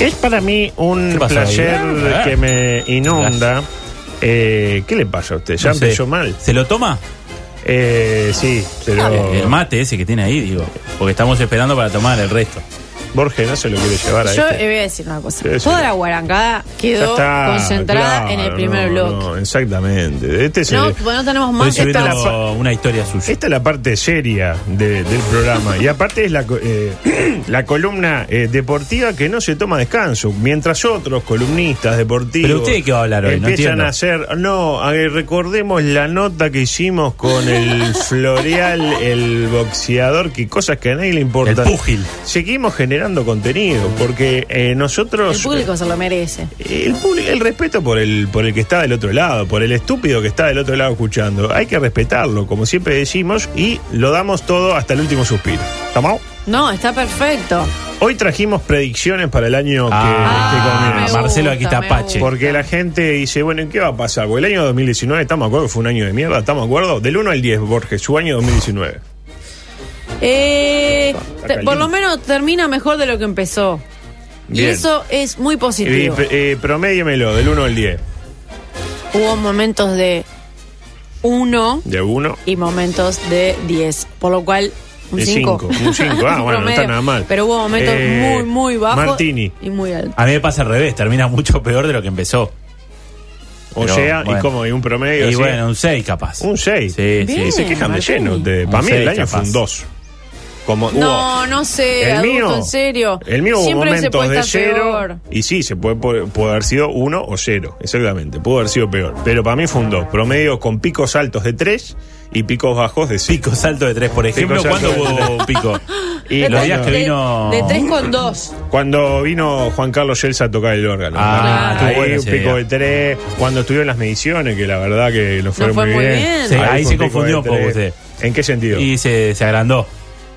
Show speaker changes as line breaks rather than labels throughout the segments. Es para mí un
¿Qué pasó ahí?
placer
Ah,
que me inunda. Eh, ¿Qué le pasa a usted? Ya
No sé.
empezó mal.
¿Se lo toma? Eh,
Eh, sí,
El
pero
mate ese que tiene ahí, digo. Porque estamos esperando para tomar el resto.
Borges no se lo quiere llevar a
Yo
este.
le voy a decir una cosa.
Sí, sí.
Toda la guarangada
Ya
quedó
está,
concentrada
claro,
en el primer
no,
bloque.
no, exactamente. Este es
No,
el-
porque no tenemos
Estoy
más.
Esta
subiendo
es la pa-
una historia suya.
Esta es la parte seria de- del programa. Y aparte es la, co- eh, la columna eh, deportiva que no se toma descanso. Mientras otros columnistas deportivos.
Pero usted de qué va a hablar hoy, no
Empiezan
entiendo.
a hacer. No, a ver, recordemos la nota que hicimos con el Floreal, el boxeador, que cosas que a nadie le
El
importan.
púgil.
Seguimos generando contenido porque eh, nosotros.
El público se lo merece.
El, público- el respeto por el, por el que está del otro lado, por el estúpido que está del otro lado escuchando. Hay que respetarlo, como siempre decimos, y lo damos todo hasta el último suspiro. ¿Estamos?
No, está perfecto.
Hoy trajimos predicciones para el año que,
Ah,
que comienza.
me
Marcelo, aquí
gusta,
está
me
Pache.
gusta.
Porque la gente dice, bueno, ¿y ¿qué va a pasar? Porque el año 2019, estamos de acuerdo que fue un año de mierda, estamos de acuerdo. Del 1 al 10, Borges, su año 2019.
Eh,
Está
te- por
caliente.
lo menos termina mejor de lo que empezó. Y
Bien.
eso es muy
Y,
positivo.
eh, promediemelo, del 1 al 10.
Hubo momentos de uno
De 1.
y momentos de 10. Por lo cual, un
De
5.
cinco, un cinco. Ah, bueno, no está nada mal.
Pero hubo momentos
Eh,
muy, muy bajos.
Martini.
Y muy altos.
A mí me pasa al revés, termina mucho peor de lo que empezó.
O
Pero,
sea,
bueno.
¿y cómo? ¿Y un promedio?
Y
así?
bueno, un 6 capaz.
Un 6.
Sí,
Bien.
sí,
se
sí.
quejan de
Martín.
lleno. De,
Un
para mí el
seis,
año fue
capaz.
un 2. Como
No,
hubo-
no sé,
el
adulto,
mío,
en serio.
El mío hubo
Siempre se
momentos
puede
de
estar
cero.
peor.
Y sí, se puede, puede, puede haber sido 1 o 0. Exactamente. Pudo haber sido peor. Pero para mí fue un 2. Promedio con picos altos de 3 y picos bajos de 6.
Pico salto de 3, por ejemplo.
Pico salto
¿Cuándo
de
hubo un pico?
Y
los
cuando,
días que vino-
De 3 con 2.
cuando vino Juan Carlos Yelsa a tocar el órgano.
Ah,
ahí
estuvo bueno
un
ese
pico
día.
de 3. Cuando estuvieron las mediciones, que la verdad que lo fueron
fue muy
bien.
bien.
Sí, ahí
fue
se
pico
confundió
de
un poco
tres.
usted.
¿En qué sentido?
Y se, se agrandó.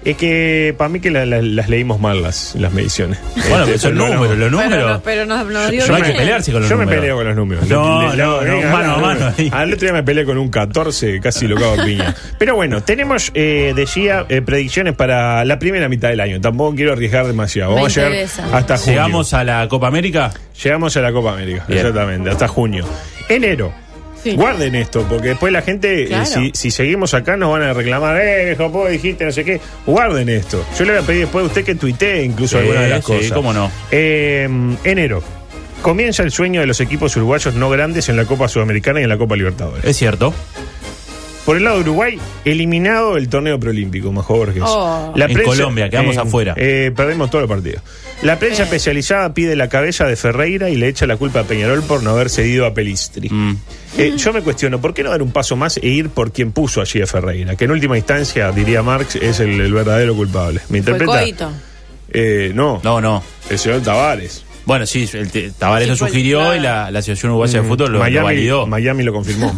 Es que para mí que la- la- las leímos mal las, las mediciones.
Bueno,
Este,
pero son
no, no.
números, los
Pero,
números.
no- pero nos, nos dio
Yo no hay que
bien.
pelearse con los
Yo me
números.
peleo con los números.
No,
Le- le-
no,
le-
no,
le-
mano a mano ahí.
Al otro día me peleé con un 14, casi lo cago a piña. Pero bueno, tenemos, eh, decía, eh, predicciones para la primera mitad del año. Tampoco quiero arriesgar demasiado.
Me
Vamos a llegar
interesa.
hasta junio.
Llegamos a la Copa América.
Llegamos a la Copa América,
Bien.
exactamente, hasta junio. Enero.
Sí.
Guarden esto, porque después la gente, eh,
Claro.
si, si seguimos acá, nos van a reclamar, eh, viejo, vos dijiste, no sé qué. Guarden esto. Yo le voy a pedir después a usted que tuitee incluso
Sí,
alguna de las
sí,
cosas.
cómo no.
Eh, enero. Comienza el sueño de los equipos uruguayos no grandes en la Copa Sudamericana y en la Copa Libertadores.
Es cierto.
Por el lado de Uruguay, eliminado el torneo preolímpico, Majo Borges.
Oh.
En Colombia, quedamos afuera.
eh, perdemos todos los partidos. La prensa
Eh.
especializada pide la cabeza de Ferreira y le echa la culpa a Peñarol por no haber cedido a Pelistri.
Mm.
Eh, Yo me cuestiono, ¿por qué no dar un paso más e ir por quien puso allí a Ferreira? Que en última instancia, diría Marx, es el, el verdadero culpable. ¿Me
Fue
interpreta?
coito.
Eh, no,
No, no.
el señor Tavares.
Bueno, sí, el te- Tabaré
Sí,
lo
fue el-
sugirió y la, la Asociación Uruguaya de Fútbol lo, lo
Mm. Miami,
validó.
Miami lo confirmó.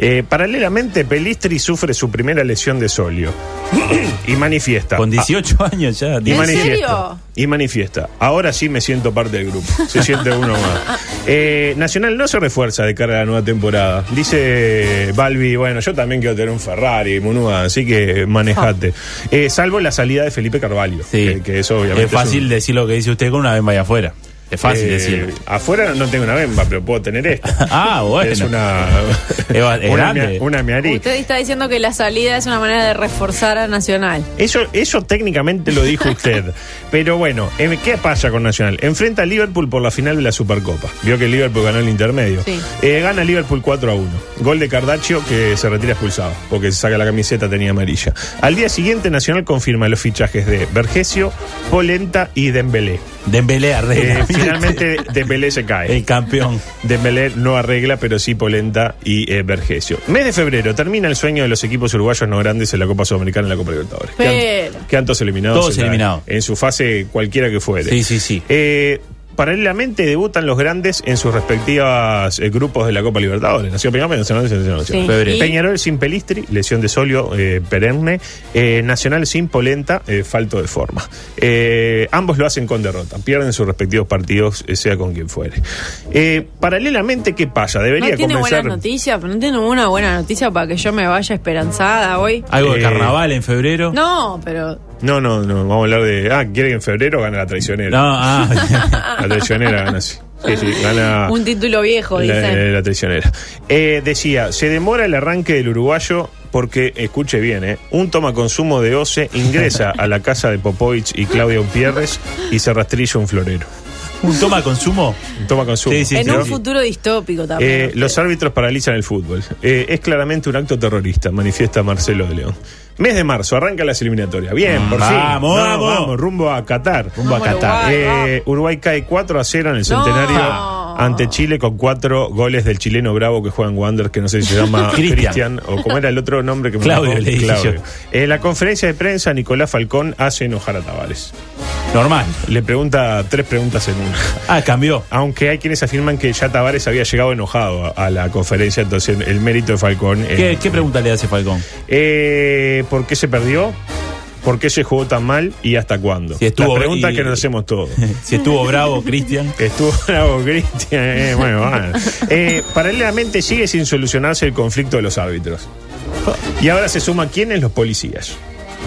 Eh, paralelamente, Pelistri sufre su primera lesión de solio y manifiesta. Ah,
Con 18 años ya.
Y
¿En
diez-
manifiesta.
serio?
Y manifiesta. Ahora sí me siento parte del grupo. Se siente uno más. Eh, Nacional no se refuerza de cara a la nueva temporada. Dice Balbi, bueno, yo también quiero tener un Ferrari, Munúa, así que manejate. Eh, salvo la salida de Felipe Carvalho.
Ah. Sí.
Que, que eso obviamente.
es fácil
un-
decir lo que dice usted con una bemba ahí afuera. Es fácil
eh,
decirlo.
Afuera no tengo una bemba, pero puedo tener esta.
Ah, bueno.
Es una.
Eva- es
una,
grande.
mia- una miarí.
Usted está diciendo que la salida es una manera de reforzar a Nacional.
Eso, eso técnicamente lo dijo usted. Pero bueno, em, ¿qué pasa con Nacional? Enfrenta a Liverpool por la final de la Supercopa. Vio que Liverpool ganó el intermedio.
Sí.
Eh, gana Liverpool 4 a 1. Gol de Cardaccio que se retira expulsado porque se saca la camiseta, tenía amarilla. Al día siguiente, Nacional confirma los fichajes de Vergesio, Polenta y Dembélé.
Dembélé
Eh,
arregla.
finalmente, Dembélé se cae.
El campeón.
Dembélé no arregla, pero sí Polenta y eh, Vergesio. Mes de febrero termina el sueño de los equipos uruguayos no grandes en la Copa Sudamericana y en la Copa Libertadores.
Pero-
Quedan, quedan todos eliminados.
Todos
en la-
eliminados.
En su fase cualquiera que fuere.
Sí, sí, sí.
Eh, Paralelamente debutan los grandes en sus respectivas eh, grupos de la Copa Libertadores. Nació Peñarol, Nacional, Nacional, Nacional.
Sí.
Febrero.
Peñarol sin Pelistri, lesión de solio eh, perenne. Eh, Nacional sin Polenta, eh, falto de forma. Eh, ambos lo hacen con derrota. Pierden sus respectivos partidos, eh, sea con quien fuere. Eh, paralelamente, ¿qué pasa? Debería
No tiene
comenzar.
buenas noticias, pero no tiene una buena noticia para que yo me vaya esperanzada hoy.
Algo de
Eh,
carnaval en febrero.
No, pero
No, no, no. Vamos a hablar de. Ah, quiere que en febrero gana la traicionera.
No, ah.
La traicionera gana, sí. Sí, sí, gana.
Un título viejo,
Ah. La,
dicen.
la traicionera. Eh, decía, se demora el arranque del uruguayo porque, escuche bien, eh, un toma consumo de OCE ingresa a la casa de Popovich y Claudia Umpierres y se rastrilla un florero.
¿Un toma consumo?
Un toma consumo.
Sí, sí,
en
sí.
¿no?
un futuro distópico también.
Eh, los árbitros paralizan el fútbol. Eh, es claramente un acto terrorista, manifiesta Marcelo de León. Mes de marzo, arranca las eliminatorias. Bien, por fin.
Vamos,
No,
vamos.
rumbo a Qatar.
Rumbo a
Vamos,
Qatar.
Uruguay,
Eh, Uruguay cae 4 a 0 en el centenario
No.
ante Chile con cuatro goles del chileno bravo que juega en Wander, que no sé si se llama
Cristian.
Cristian o como era el otro nombre que me
Claudio,
marcó.
le dije yo.
En la conferencia de prensa, Nicolás Falcón hace enojar a Tavares.
Normal.
Le pregunta tres preguntas en una.
Ah, cambió.
Aunque hay quienes afirman que ya Tavares había llegado enojado a, a la conferencia, entonces el mérito de Falcón. eh,
¿Qué, qué pregunta le hace Falcón?
eh, ¿Por qué se perdió? ¿Por qué se jugó tan mal? ¿Y hasta cuándo?
Si estuvo
la pregunta
y-
que nos hacemos todos.
Si estuvo bravo, Cristian.
Estuvo bravo Cristian. eh, bueno, bueno. Eh, paralelamente sigue sin solucionarse el conflicto de los árbitros. Y ahora se suma quiénes los policías.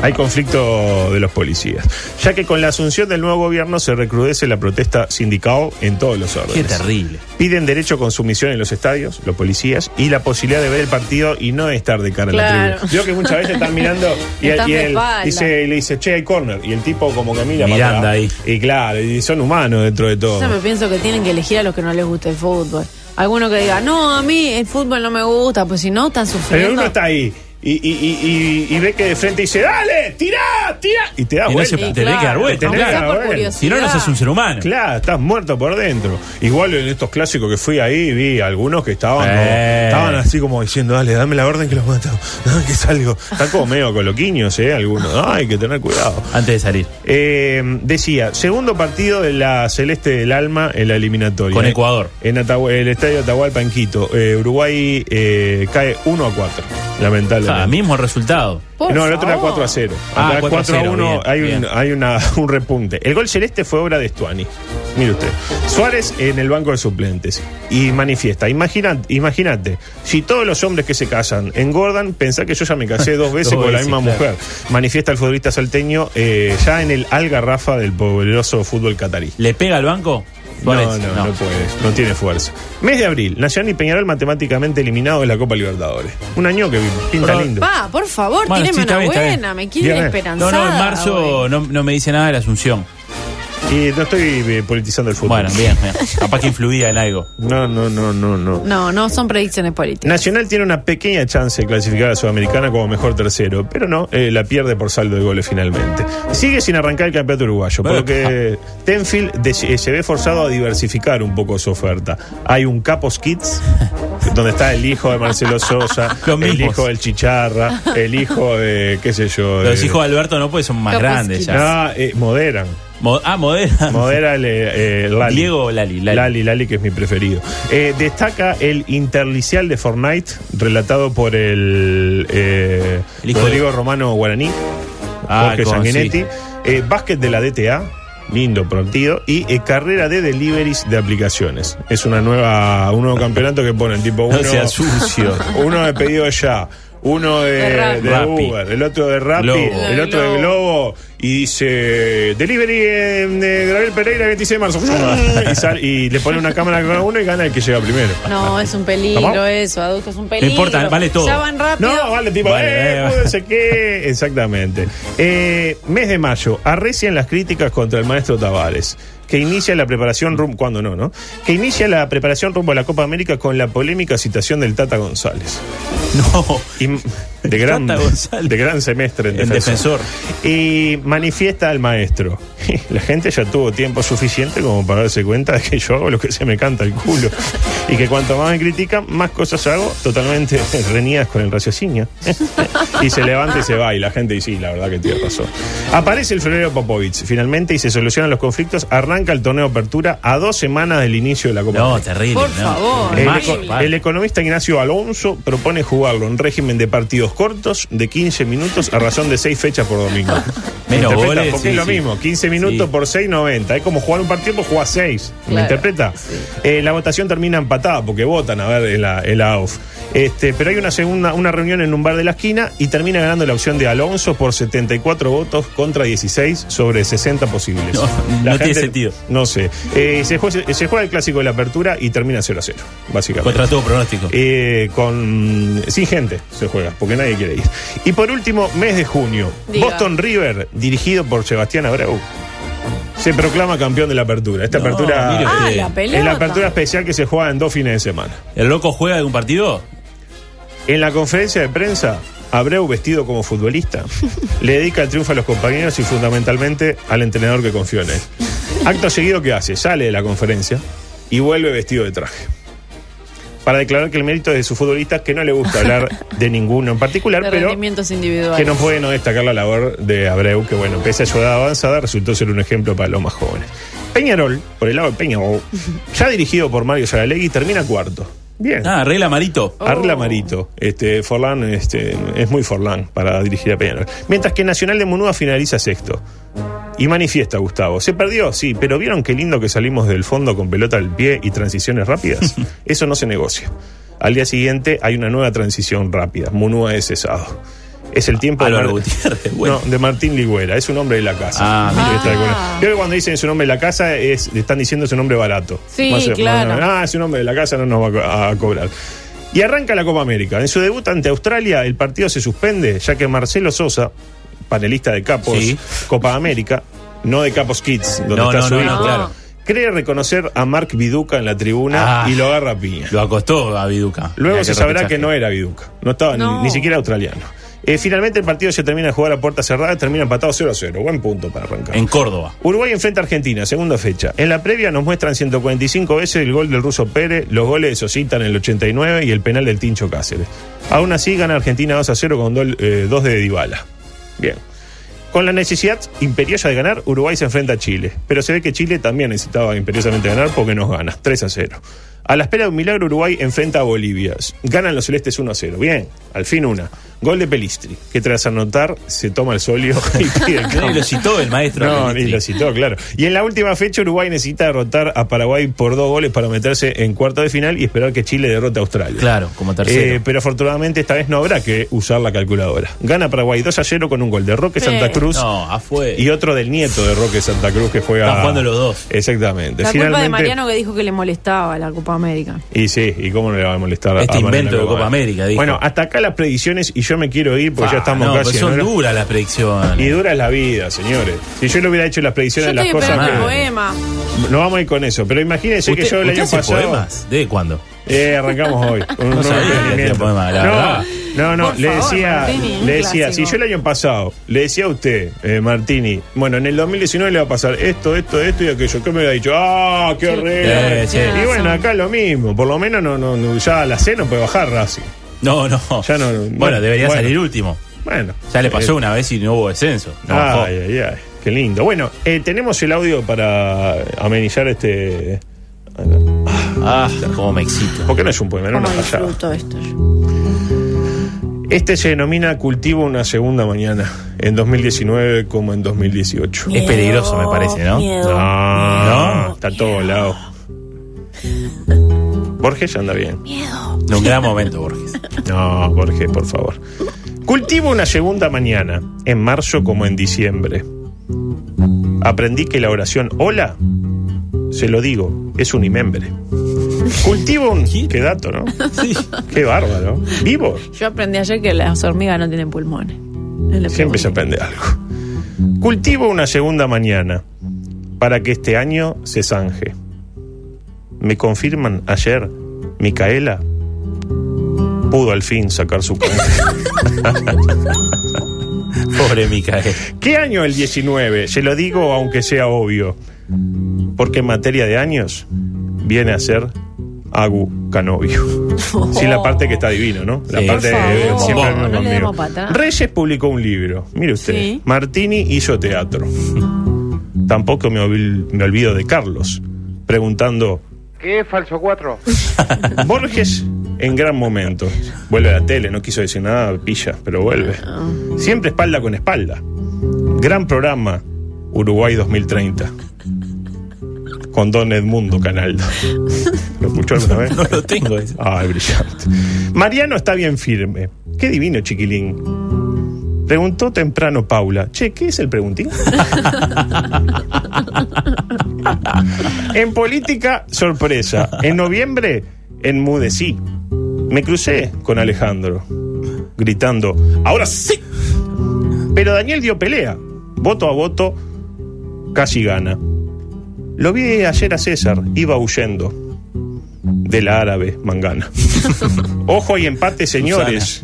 Hay conflicto de los policías. Ya que con la asunción del nuevo gobierno se recrudece la protesta sindical en todos los
Qué
órdenes.
terrible.
Piden derecho a consumición en los estadios, los policías, y la posibilidad de ver el partido y no de estar de cara a la
Claro.
tribuna. Veo que muchas veces están mirando y,
Están
y
de
él
espalda.
dice, le dice, che, hay corner. Y el tipo como que mira para
Miranda
atrás.
ahí.
Y claro, y son humanos dentro de todo.
Yo me pienso que tienen que elegir a los que no les gusta el fútbol. Alguno que diga, no, a mí el fútbol no me gusta, pues si no, están
Pero
sufriendo.
uno está ahí y, y- y- y- y ve que de frente dice, dale, tirá, tirá. Y te da
Y no
vuelta.
se te tenés que dar vuelta,
aunque sea
claro,
por
bueno.
curiosidad.
Si no, no sos un ser humano.
Claro, estás muerto por dentro. Igual en estos clásicos que fui ahí, vi algunos que estaban, como-
Eh.
estaban así como diciendo, dale, dame la orden que los mato, Ah, que salgo. Están como medio coloquiños, ¿eh? Algunos. Ah, hay que tener cuidado.
Antes de salir.
Eh, decía, segundo partido de la Celeste del Alma en la eliminatoria.
Con Ecuador.
En Atahua- el estadio Atahualpa en Quito. Eh, Uruguay eh, cae 1 a 4, lamentablemente.
Ah, mismo resultado.
Por
No, el otro era
favor.
4 a 0.
Ah,
Acá
4 a
4 a
0,
1
bien,
hay, un,
bien.
hay una- un repunte. El gol celeste fue obra de Stuani. Mire usted. Suárez en el banco de suplentes. Y manifiesta. "Imagina- Imagínate, si todos los hombres que se casan engordan, pensá que yo ya me casé dos veces
Dos
con la
veces,
misma
claro.
mujer. Manifiesta el futbolista salteño eh, ya en el algarrafa del poderoso fútbol catarí.
¿Le pega al banco?
No,
Suárez,
no, no, puede, no tiene fuerza. Mes de abril, Nacional y Peñarol matemáticamente eliminados de la Copa Libertadores. Un año que pinta
Pero-
lindo.
Pa, por favor,
Bueno,
tíreme
sí, está
una
bien, está bien.
buena, me quieren
Dígame.
No,
esperanzada.
no, en marzo no, no me dice nada de la Asunción.
Y no estoy eh, politizando el fútbol.
Bueno, bien, bien. Capaz que influía en algo.
No, no, no, no, no.
No, no son predicciones políticas.
Nacional tiene una pequeña chance de clasificar a la Sudamericana como mejor tercero, pero no, eh, la pierde por saldo de goles finalmente. Sigue sin arrancar el campeonato uruguayo, por
Bueno,
lo que Tenfield des- eh, se ve forzado a diversificar un poco su oferta. Hay un Capos Kids, donde está el hijo de Marcelo Sosa,
Los
el
mismos.
hijo del Chicharra, el hijo de, qué sé yo.
Los
de-
hijos de Alberto no, pues son más
Capaz
grandes
que-
ya.
No, eh, moderan.
Mo- ah, Modena.
Modera el, eh, eh, Lali.
Diego o Lali. Lali.
Lali. Lali, que es mi preferido. Eh, destaca el interlicial de Fortnite, relatado por el, eh,
El hijo
Rodrigo
de-
Romano Guaraní,
Ah,
Jorge
con-
Sanguinetti.
sí.
Eh, básquet de la DTA, lindo partido. Y eh, carrera de deliveries de aplicaciones. Es una nueva, un nuevo campeonato que ponen tipo uno.
No sea sucio.
Uno de pedido ya. Uno de,
De Rappi.
de
Rappi.
Uber, el otro de Rappi,
Globo.
el otro de
Globo.
Globo, y dice Delivery en, de Gabriel Pereira, 26 de marzo. y, sal- y le pone una cámara a cada uno y gana el que llega primero.
No, es un peligro
¿Vamos?
eso, adultos, es un peligro.
importa, vale todo.
Ya van rápido.
No, vale, tipo,
Vale,
eh,
vale,
pude,
vale.
sé qué. Exactamente. Eh, mes de mayo, arrecian las críticas contra el maestro Tavares, que inicia la preparación rumbo, cuando no, ¿no? Que inicia la preparación rumbo a la Copa América con la polémica citación del Tata González.
No.
Y m- de, gran,
Tata González.
de gran semestre en
En
defensor.
defensor.
Y manifiesta al maestro. La gente ya tuvo tiempo suficiente como para darse cuenta de que yo hago lo que se me canta el culo. Y que cuanto más me critican, más cosas hago totalmente reñidas con el raciocinio. y se levanta y se va. Y la gente dice, sí, la verdad que tiene razón. Aparece el febrero Popovich finalmente y se solucionan los conflictos. Arranca el torneo de apertura a dos semanas del inicio de la Copa
No,
América.
terrible.
Por
no.
favor,
El,
Mayo,
eco-
vale.
el economista Ignacio Alonso propone jugarlo en régimen de partidos partidos cortos de 15 minutos a razón de 6 fechas por domingo. ¿Me
Menos
interpreta?
goles,
Porque
sí,
es lo
sí.
mismo, 15 minutos
Sí.
por 6, 90. Es como jugar un partido, pues jugar 6. ¿Me
Claro,
interpreta? Eh, la votación termina empatada porque votan, a ver, en la, en la AUF. Este, pero hay una segunda una reunión en un bar de la esquina y termina ganando la opción de Alonso por 74 votos contra 16 sobre 60 posibles.
No,
La
no tiene sentido.
No sé. Eh, se, juega, se juega el clásico de la apertura y termina 0 a 0, básicamente.
Contra todo pronóstico.
Eh, con sin gente se juega, porque nadie quiere ir. Y por último, mes de junio,
Diga.
Boston River, dirigido por Sebastián Abreu, se proclama campeón de la apertura. Esta
No, mire
apertura
Ah,
Eh,
la
en
pelota.
es la apertura especial que se juega en dos fines de semana.
¿El loco juega de un partido?
En la conferencia de prensa, Abreu, vestido como futbolista, le dedica el triunfo a los compañeros y fundamentalmente al entrenador que confió en él. Acto seguido, ¿qué hace? Sale de la conferencia y vuelve vestido de traje. Para declarar que el mérito es de sus futbolistas, que no le gusta hablar de ninguno en particular,
de
pero
rendimientos individuales.
que no puede no destacar la labor de Abreu, que bueno, pese a su edad avanzada, resultó ser un ejemplo para los más jóvenes. Peñarol, por el lado de Peñarol, ya dirigido por Mario Saralegui, termina cuarto. Bien.
Ah, arregla Marito.
Oh.
Arla Marito. Este, Forlán este, es muy Forlán para dirigir a Peñarol. Mientras que Nacional de Monúa finaliza sexto. Y manifiesta, Gustavo. Se perdió, sí, pero ¿vieron qué lindo que salimos del fondo con pelota al pie y transiciones rápidas? Eso no se negocia. Al día siguiente hay una nueva transición rápida. Monúa es cesado. Es el tiempo de,
Álvaro
Mar-
Gutiérrez, bueno.
No, de Martín Ligüera. Es un hombre de la casa.
Ah, mire.
Que está de acuerdo.
Ah.
Creo que cuando dicen su nombre de la casa es, están diciendo su nombre barato.
Sí,
Más o- más o
claro.
menos, Ah, es un hombre de la casa, no nos va a co- a, cobrar. Y arranca la Copa América. En su debut ante Australia, el partido se suspende, ya que Marcelo Sosa, panelista de Capos
Sí.
Copa América, no de Capos Kids, donde
No,
está
no,
su
no,
hijo,
no, claro.
cree reconocer a Mark Viduca en la tribuna
Ah.
y lo agarra a piña.
Lo acostó a Viduca.
Luego
Mirá
se
qué
sabrá
repechaje.
que no era Viduca. No estaba ni-
No.
Ni, siquiera australiano. Eh, finalmente el partido se termina de jugar a puerta cerrada, termina empatado 0 a 0. Buen punto para arrancar.
En Córdoba.
Uruguay enfrenta a Argentina, segunda fecha. En la previa nos muestran 145 veces el gol del ruso Pérez, los goles de Sosita en el 89 y el penal del Tincho Cáceres. Aún así gana Argentina 2 a 0 con 2 de Dybala. Bien. Con la necesidad imperiosa de ganar, Uruguay se enfrenta a Chile. Pero se ve que Chile también necesitaba imperiosamente ganar porque nos gana. 3 a 0. A la espera de un milagro, Uruguay enfrenta a Bolivia. Ganan los celestes 1 a 0. Bien, al fin una. Gol de Pelistri, que tras anotar se toma el solio y pide el
No,
cambio.
ni lo citó el maestro.
No,
Pelistri.
ni lo citó, claro. Y en la última fecha, Uruguay necesita derrotar a Paraguay por dos goles para meterse en cuarto de final y esperar que Chile derrote a Australia.
Claro, como tercero.
Eh, pero afortunadamente esta vez no habrá que usar la calculadora. Gana Paraguay 2 a 0 con un gol de Roque
Sí.
Santa Cruz
no, afuera.
y otro del nieto de Roque Santa Cruz que juega.
Están jugando los dos.
Exactamente.
La culpa de
Finalmente-
Mariano que dijo que le molestaba la Copa América.
Y sí, ¿y cómo no le va a molestar
Este
a Mariano
invento de
Copa
Copa América, dijo.
Bueno, hasta acá las predicciones y yo me quiero ir porque
Ah,
pues, ya estamos
no,
casi.
pero
en
son
hora.
duras las predicciones.
Y dura es la vida, señores. Si yo le hubiera hecho las
Yo
predicciones de
estoy
las cosas
esperando
que.
el poema.
No vamos a ir con eso, pero imagínense que
¿Usted-
yo el
usted
año
hace
pasado.
poemas? ¿De cuándo?
Eh, arrancamos hoy. con un
No
nuevo
sabía que
emprendimiento.
hacía poemas, la verdad.
no, no, no,
Por
le
favor,
decía,
Martini, un
le decía, si
clásico.
yo el año pasado le decía a usted, eh, Martini, bueno, en el 2019 le va a pasar esto, esto, esto y aquello, ¿qué me había dicho? ¡Ah, qué horrible!
Eh, sí.
Y bueno, acá lo mismo, por lo menos no, no, no, ya a la C no puede bajar Racing.
No, no.
Ya no-
bueno,
bueno,
debería
bueno.
salir último.
Bueno.
Ya le
eh,
pasó una vez y no hubo descenso. No, bajó.
Ay, ay, ay, qué lindo. Bueno, eh, tenemos el audio para amenizar este...
Ah, cómo me excito.
Porque no es un poema, era
¿Cómo
una pasada.
disfruto esto yo?
Este se denomina Cultivo una segunda mañana, en 2019 como en 2018.
Es peligroso, me parece, ¿no?
Eh, No,
No.
está todo volado. Borges ya anda bien.
De un gran momento, Borges.
No, Borges, por favor. Cultivo una segunda mañana, en marzo como en diciembre. Aprendí que la oración hola, se lo digo, es un imembre. Cultivo un...
¿Qué?
Qué dato, ¿no?
Sí.
Qué bárbaro. Vivo.
Yo aprendí ayer que las hormigas no tienen pulmones. Es la
Siempre se
pregunta.
aprende algo. Cultivo una segunda mañana para que este año se zanje. Me confirman ayer, Micaela pudo al fin sacar su cuenta.
Pobre Micael.
¿Qué año el 19? Se lo digo aunque sea obvio. Porque en materia de años viene a ser Agu Canovio. Sí, la parte que está divino, ¿no? La
Sí.
parte
Por
eh,
favor,
siempre
no
conmigo.
le demos para atrás.
Reyes publicó un libro. Mire usted.
Sí.
Martini hizo teatro. Tampoco me, olvi- me olvido de Carlos, preguntando:
¿Qué es falso 4?
Borges En gran momento. Vuelve a la tele, no quiso decir nada, pilla, pero vuelve. Siempre espalda con espalda. Gran programa, Uruguay 2030. Con Don Edmundo Canaldo. ¿Lo escuchó alguna vez?
No lo tengo. ese.
Ay, brillante. Mariano está bien firme. Qué divino, chiquilín. Preguntó temprano Paula, che, ¿qué es el preguntín? en política, sorpresa. En noviembre, enmudecí. Me crucé con Alejandro, gritando, ahora sí. Pero Daniel dio pelea. Voto a voto, casi gana. Lo vi ayer a César, iba huyendo de la árabe Mangana. Ojo y empate, señores.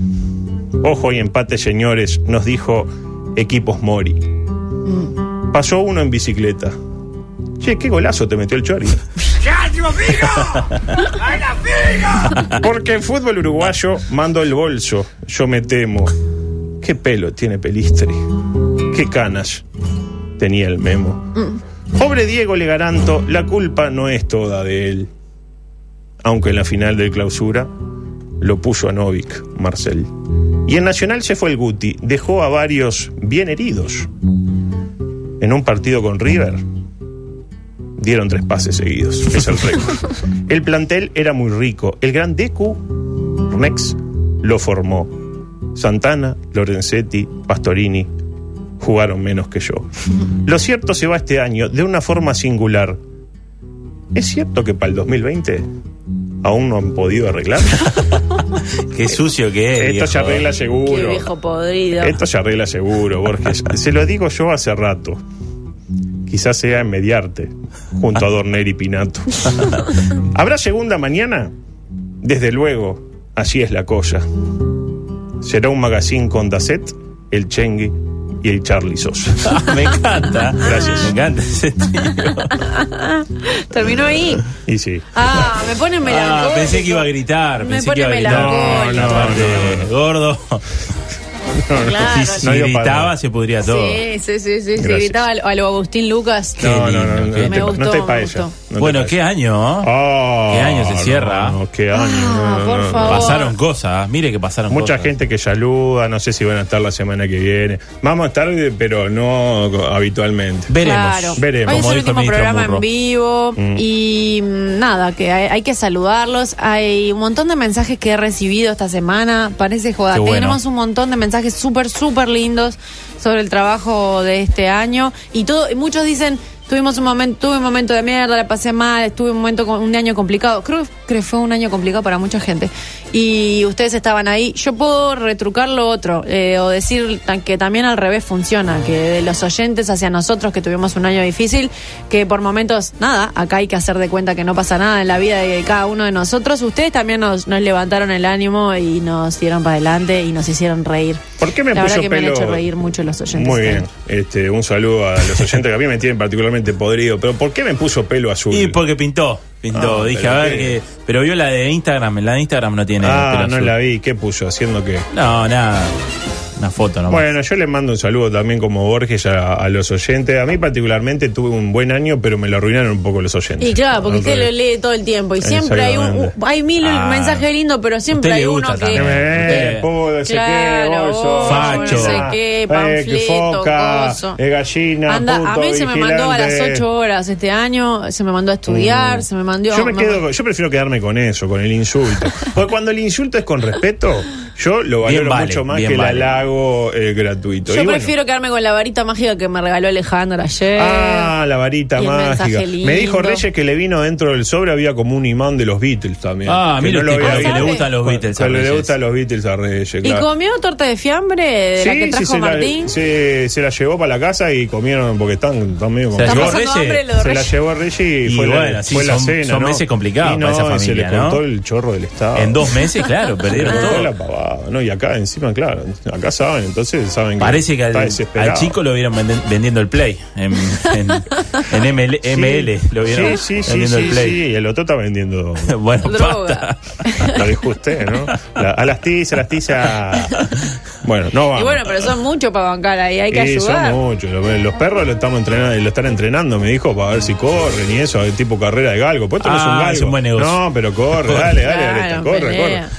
Ojo y empate, señores, nos dijo Equipos Mori. Pasó uno en bicicleta. Che, qué golazo te metió el Chori. Porque el fútbol uruguayo mando el bolso, yo me temo. Qué pelo tiene Pelistri. Qué canas tenía el memo. Pobre Diego le garanto, la culpa no es toda de él aunque en la final del clausura lo puso a Novik, Marcel. Y en Nacional se fue el Guti, dejó a varios bien heridos. En un partido con River dieron tres pases seguidos, es el récord. el plantel era muy rico, el gran Decu, Rex, lo formó. Santana, Lorenzetti, Pastorini jugaron menos que yo. Lo cierto se va este año de una forma singular. ¿Es cierto que para el 2020 aún no han podido arreglar?
Qué sucio que es.
Esto
viejo.
se arregla
Qué
seguro.
viejo podrido.
Esto se arregla seguro, Borges. Se lo digo yo hace rato. Quizás sea en Mediarte, junto a Dorner y Pinato. ¿Habrá segunda mañana? Desde luego, así es la cosa. Será un magazine con Dacet, el Chengui y el Charlie Sosa.
Me encanta.
Gracias.
Me encanta ese tío.
Terminó ahí.
Y sí.
Ah, me pone melancólico.
Ah, pensé que iba a gritar.
Me
pensé
pone
que iba a gritar.
melancólico.
No, no,
Aparte,
no, no,
Gordo.
Claro.
Si, si
No dio para
gritaba,
nada.
se podría todo.
Sí, sí, sí, sí. Se
Gracias.
gritaba a lo Agustín Lucas.
Qué
no, no, no, no,
lindo,
no
qué
te-
Me
no
gustó,
te
me
pa' ella.
gustó.
No te
bueno,
pa'
qué
ella.
año. ¿eh?
Ah,
¿Qué año se
no,
cierra?
no, qué año. no,
Ah,
no,
por
no.
favor.
Pasaron cosas. Mire que pasaron
Mucha
cosas.
gente que saluda, no sé si van a estar la semana que viene. Vamos a estar, eh, pero no co- habitualmente.
Veremos.
Claro.
Veremos.
Hoy es
Como dijo
el
el
último
ministro
programa
Murro.
en vivo y mm, nada, que hay, hay que saludarlos. Hay un montón de mensajes que he recibido esta semana, parece joda.
Qué bueno.
Tenemos un montón de mensajes súper, súper lindos sobre el trabajo de este año y todo. y muchos dicen, tuvimos un momento, tuve un momento de mierda, la pasé mal, estuve un momento con un año complicado. Creo que fue un año complicado para mucha gente y ustedes estaban ahí. Yo puedo retrucar lo otro eh, o decir tan- que también al revés funciona, que de los oyentes hacia nosotros que tuvimos un año difícil, que por momentos nada, acá hay que hacer de cuenta que no pasa nada en la vida de cada uno de nosotros. Ustedes también nos, nos levantaron el ánimo y nos dieron para adelante y nos hicieron reír.
¿Por qué me
la verdad
puso
que me han
pelo?
hecho reír mucho los oyentes.
Muy bien. Este, un saludo a los oyentes que a mí me tienen particularmente podrido. Pero ¿por qué me puso pelo azul?
Y porque pintó. Pintó.
Ah,
Dije,
pero
a ver
qué-
qué. Pero vio la de Instagram. La de Instagram no tiene.
ah,
pelo
no
azul.
la vi. ¿Qué puso? ¿Haciendo qué?
No, nada. Una foto nomás.
Bueno, yo les mando un saludo también como Borges a, a los oyentes. A mí particularmente tuve un buen año, pero me lo arruinaron un poco los oyentes.
Y claro, porque
Al
usted lo
revés.
lee todo el tiempo y siempre hay un,
Exactamente.
hay mil
Ah.
mensajes lindos, pero siempre
Usted
hay
le
uno
gusta
que
también.
Eh,
Eh,
pudo, ese
claro,
qué, bolso,
bolso,
Facho.
no sé
qué,
eh,
panfleto,
foca,
coso.
eh, gallina,
Anda,
puto,
a mí se me mandó a las
vigilante. Mm.
8 horas este año, se me mandó a estudiar, se me mandó
Yo me
no,
quedo, yo prefiero quedarme con eso, con el insulto. Porque cuando el insulto es con respeto, yo lo
Bien
valoro
vale,
mucho más
bien
que el
vale.
halago eh, gratuito.
Yo
Y bueno,
prefiero quedarme con la varita mágica que me regaló Alejandro ayer.
Ah, la varita
y el
mágica.
mensaje
Me dijo
lindo.
Reyes que le vino dentro del sobre, había como un imán de los Beatles también.
Ah, a mí
que
lo
no
que,
había
Ah,
que le
visto.
¿sabe?
gustan los Beatles. a
Que le
Reyes.
gustan los Beatles a Reyes,
y
claro.
comió torta de fiambre de la que trajo
se la-
Martín.
se- se la llevó para la casa y comieron porque están, están medio
Se
con-
la
Está
llevó
pasando
Reyes.
hambre lo de
Se la
Reyes.
llevó a Reggie y,
Y
fue, la,
bueno, sí,
fue la
son-
cena.
son
¿no?
meses complicados
Y
para esa
no, y
familia,
Se le
¿no?
cortó el chorro del Estado.
En dos meses, claro,
Se le
perdieron
cortó
todo.
la pavada. No, y acá encima, claro. Acá saben, entonces saben que.
Parece que al,
está desesperado.
al chico lo vieron venden- vendiendo el Play. En, en, en ML,
Sí.
ML lo vieron
Sí, sí, sí.
vendiendo el
sí,
Play.
sí, y el otro está vendiendo.
Bueno,
Droga.
basta.
Lo dijo usted, ¿no? La- a las tizas, a las tizas. Bueno, no vamos.
Y bueno, pero son muchos para bancar ahí, hay que
Y son
ayudar.
muchos. Lo- Los, perros lo estamos entrenando, lo están entrenando, me dijo, para ver si corren y eso, tipo carrera de galgo. Pues esto no es un
Ah,
galgo.
es un buen negocio.
No, pero corre, dale, dale,
Claro,
Areta, corre,
pelea.
corre.